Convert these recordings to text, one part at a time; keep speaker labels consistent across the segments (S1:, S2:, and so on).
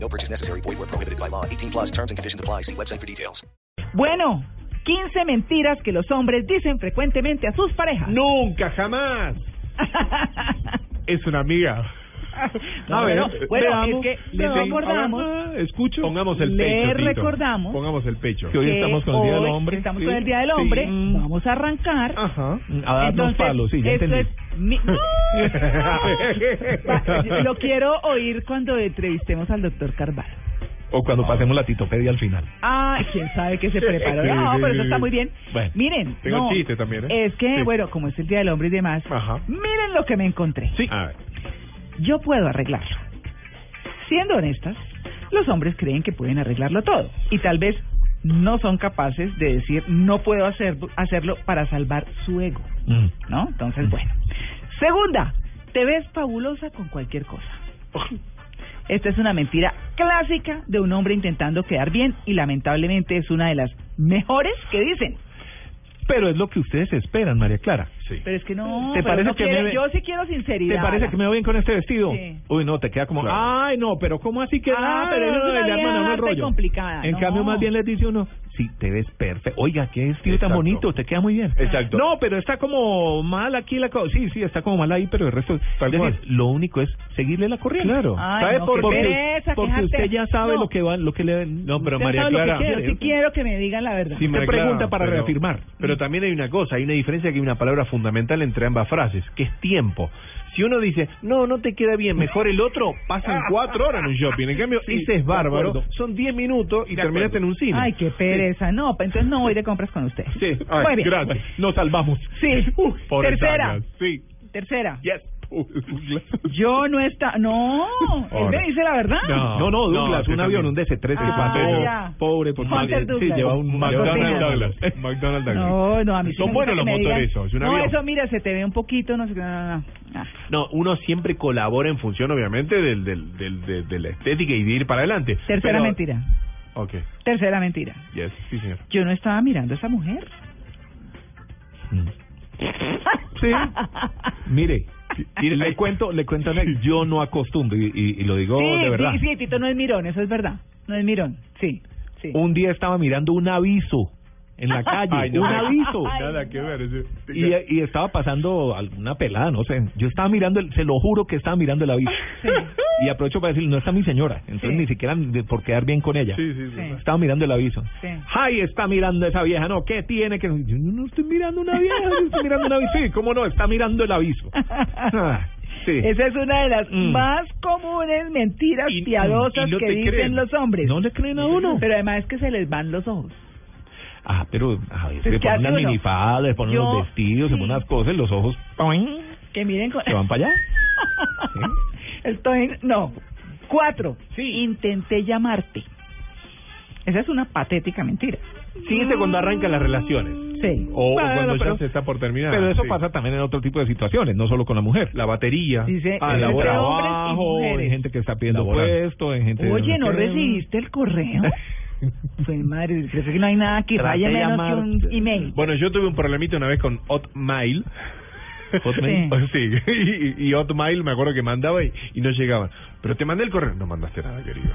S1: No purchase necessary. Void where prohibited by law. 18 plus terms and conditions apply. See website for details.
S2: Bueno, 15 mentiras que los hombres dicen frecuentemente a sus parejas.
S3: Nunca, jamás. es una amiga.
S2: No,
S3: A ver,
S2: bueno, bueno,
S3: veamos,
S2: es que les
S3: veamos,
S2: recordamos-
S3: ah, escucho. Pongamos
S2: el
S3: el
S2: Les
S3: pecho.
S2: pecho, Tito. recordamos
S3: Pongamos el pecho. Que
S2: que hoy Estamos con el Día del Hombre.
S3: Mm.
S2: Vamos a arrancar.
S3: Ajá.
S2: Entonces, esto es mi- ¡No! Va, Lo quiero oír cuando entrevistemos al doctor Carvalho.
S3: O cuando pasemos la titopedia al final.
S2: Ah, quién sabe qué se preparó.
S3: Sí,
S2: No,
S3: sí,
S2: pero
S3: sí,
S2: eso está
S3: sí.
S2: muy bien.
S3: Bueno,
S2: Miren.
S3: tengo
S2: no,
S3: chiste también, ¿eh?
S2: Es que,
S3: Sí.
S2: bueno, como es el Día del Hombre y demás,
S3: Ajá.
S2: miren lo que me encontré.
S3: Sí. A ver.
S2: Yo puedo arreglarlo. Siendo honestas, los hombres creen que pueden arreglarlo todo y tal vez no son capaces de decir no puedo hacer- hacerlo para salvar su ego,
S3: Mm.
S2: ¿no? Entonces, bueno. Segunda, te ves fabulosa con cualquier cosa. Esta es una mentira clásica de un hombre intentando quedar bien y lamentablemente es una de las mejores que dicen.
S3: Pero es lo que ustedes esperan, María Clara. Sí.
S2: Pero es que no,
S3: ¿Te
S2: pero
S3: parece
S2: no
S3: que
S2: quiere-
S3: me-
S2: yo sí quiero sinceridad.
S3: ¿Te parece que me voy bien con este vestido?
S2: Sí.
S3: Uy, no, te queda como, ay, no, pero ¿cómo así que?
S2: Ah, pero eso es
S3: no,
S2: una
S3: le
S2: vida
S3: arman a uno el
S2: harta y
S3: rollo.
S2: complicada,
S3: En
S2: no.
S3: cambio, más bien les dice uno, sí, te ves perfecto. Oiga, qué vestido tan bonito, te queda muy bien.
S4: Exacto.
S3: No, pero está como mal aquí la cosa. Sí, sí, está como mal ahí, pero el resto...
S4: Tal
S3: es
S4: cual.
S3: decir, lo único es seguirle la corriente.
S4: Claro.
S2: Ay,
S3: ¿Sabe
S2: no,
S3: por
S2: qué
S3: porque,
S2: pereza,
S3: porque
S2: qué
S3: usted ya sabe
S2: no.
S3: lo que va, lo que le... No,
S2: Usted sabe lo que quiere, Yo sí quiero que me digan la verdad.
S4: Sí, María Clara,
S3: pregunta para
S4: pero-
S3: reafirmar.
S4: Pero también hay una cosa, hay una diferencia que hay una palabra fundamental entre ambas frases, que es tiempo. Si uno dice, no, no te queda bien, mejor el otro, pasan cuatro horas en un shopping. En cambio,
S3: Sí,
S4: ese es
S3: de
S4: bárbaro,
S3: acuerdo.
S4: son diez minutos y
S3: De
S4: terminaste
S3: acuerdo.
S4: en un cine.
S2: Ay, qué pereza. No, pues entonces no voy de compras con usted.
S4: Sí, ay,
S2: Muy bien.
S4: gracias.
S3: Nos salvamos.
S2: Sí.
S4: Uy, pobre
S2: tercera,
S4: Tania, Sí.
S2: tercera.
S4: Yes.
S2: Yo no está, no, él
S4: Ahora.
S2: me dice la verdad.
S4: No, no, Douglas, un avión, un DC-3 que
S2: Ah,
S4: pasó.
S2: ya.
S4: Pobre, por
S2: Hunter
S4: mal- Sí,
S2: Douglas.
S4: lleva un
S2: Una
S4: McDonald's
S2: cortina.
S4: Douglas. McDonald's Douglas.
S2: No, no, a mí sí
S4: Son
S2: me
S4: buenos
S2: gusta
S4: los
S2: que me digan,
S4: motores, esos, un
S2: No,
S4: avión.
S2: eso mira, se te ve un poquito, no sé qué. No, no, no. Ah,
S4: No, uno siempre colabora en función, obviamente, del, del, del, de, de la estética y de ir para adelante.
S2: tercera
S4: Pero-
S2: mentira.
S4: Ok,
S2: Tercera mentira.
S4: yes, sí, señor.
S2: Yo no estaba mirando a esa mujer.
S3: Sí. Mm. Mire,
S4: Mire,
S3: le
S4: ahí-
S3: cuento, le cuento, una- yo no acostumbro y, y- y lo
S4: Oh,
S3: digo
S2: sí,
S3: de verdad.
S2: sí, sí, Tito no es mirón, eso es verdad. No es mirón. Sí. Sí.
S3: Un día estaba mirando un aviso en la calle,
S4: Ay, no,
S3: un
S4: no.
S3: aviso.
S4: Nada que ver. ese-
S3: Y, y estaba pasando alguna pelada, no sé. Yo estaba mirando, el- se lo juro que estaba mirando el aviso.
S2: Sí.
S3: Y aprovecho para decir, no está mi señora, entonces
S2: Sí.
S3: ni siquiera de- por quedar bien con ella.
S4: Sí, sí, sí.
S2: Sí.
S3: Estaba mirando el aviso.
S2: Sí.
S3: Ay, está mirando esa vieja, no, ¿qué tiene que.? Yo no estoy mirando una vieja, yo estoy mirando un aviso. Sí, ¿cómo no? Está mirando el aviso. Ah, sí.
S2: Esa es una de las
S3: Mm.
S2: más comunes mentiras
S4: Y-
S2: piadosas
S4: y no
S2: que
S4: te
S2: dicen
S4: creen.
S2: los hombres.
S3: No le creen a uno.
S2: Pero además es que se les van los ojos.
S3: Ah, pero a veces
S2: Pues,
S3: le
S2: ¿qué
S3: ponen
S2: hace
S3: unas
S2: uno?
S3: minifaldas, le ponen
S2: Yo-
S3: unos vestidos, se
S2: sí.
S3: ponen unas cosas, los ojos ¡poing!
S2: Que miren con...
S3: se van para allá.
S2: Estoy... No. Cuatro.
S4: Sí.
S2: Intenté llamarte. Esa es una patética mentira.
S4: Fíjese cuando arrancan las relaciones.
S2: Sí.
S4: O, o
S3: Bueno,
S4: cuando ya
S3: pero-
S4: se está por terminar.
S3: Pero eso
S4: sí.
S3: pasa también en otro tipo de situaciones, no solo con la mujer.
S4: La batería.
S2: Dice-
S4: ah,
S3: en
S2: entre hombres
S3: el
S2: y
S3: trabajo, en
S2: mujeres.
S3: gente que está pidiendo
S4: Laboral.
S3: puesto, en gente...
S2: Oye, ¿no recibiste el correo? Fue madre, creo que no hay nada que
S3: Traté
S2: vaya
S3: de
S2: menos que
S3: llamarte.
S2: un email.
S4: Bueno, yo tuve un problemita una vez con Hotmail.
S3: Hotmail.
S4: Sí, y, y Hotmail me acuerdo que mandaba y, y no llegaban. Pero te mandé el correo. No mandaste nada, querido.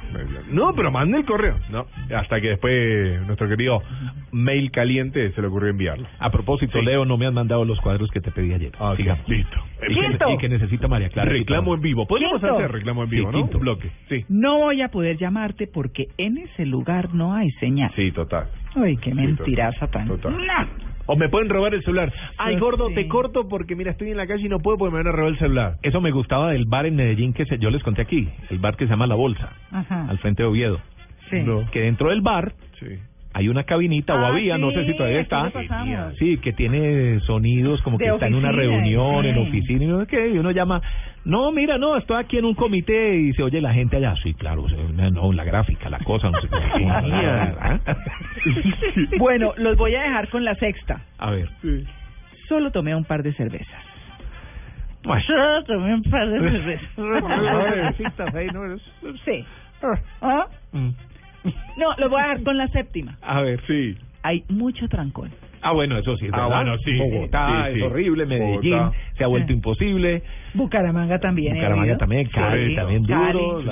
S4: No, pero mandé el correo. No, hasta que después nuestro querido mail caliente se le ocurrió enviarlo.
S3: A propósito,
S4: Sí.
S3: Leo, no me han mandado los cuadros que te pedí ayer.
S4: Ah, ok,
S3: Sigamos.
S4: listo.
S3: Y
S2: Quinto.
S3: que, y que necesita María Clara.
S4: reclamo en vivo. Podríamos
S2: Quinto.
S4: hacer reclamo en vivo,
S3: Sí,
S4: ¿no?
S3: quinto.
S4: Un bloque. Sí.
S2: No voy a poder llamarte porque en ese lugar no hay señal.
S4: Sí, total.
S2: Ay, qué
S4: Sí,
S2: mentiraza tan.
S4: total, total.
S2: ¡Nah!
S4: O me pueden robar el celular.
S2: Ah,
S4: Ay,
S2: Sí.
S4: gordo, te corto porque mira, estoy en la calle y no puedo porque me van a robar el celular.
S3: Eso me gustaba del bar en Medellín que se- yo les conté aquí. El bar que se llama La Bolsa,
S2: Ajá.
S3: al frente de Oviedo.
S2: Ah. Sí.
S4: No.
S3: Que dentro del bar
S4: Sí.
S3: Hay una cabinita, o
S2: Ah,
S3: había, no
S2: sí,
S3: sé si todavía
S2: aquí
S3: está.
S2: lo pasamos.
S3: Sí, que tiene sonidos como
S2: De
S3: que está en una
S2: oficina,
S3: reunión, en
S2: sí.
S3: oficina, y no sé qué, y uno llama. No, mira, no, estoy aquí en un comité y se oye la gente allá. Sí, claro, se- no, no, la gráfica, la cosa, no sé qué. ¿Ah?
S2: Bueno, los voy a dejar con la sexta.
S3: A ver.
S2: Solo tomé un par de cervezas. Solo tomé un par de Sí. ¿Ah?
S3: Mm.
S2: No, los voy a dejar con la séptima.
S3: A ver.
S4: Sí.
S2: Hay mucho trancón.
S3: Ah, bueno, eso sí. Es
S4: Ah,
S3: verdad.
S4: bueno, sí,
S3: Bogotá
S4: sí,
S3: es
S4: sí.
S3: horrible, Medellín
S4: Bogotá.
S3: se ha vuelto imposible.
S2: Bucaramanga también. he
S3: Bucaramanga
S2: oído.
S3: también, Cali
S4: Sí.
S3: también
S2: Cali.
S3: duro.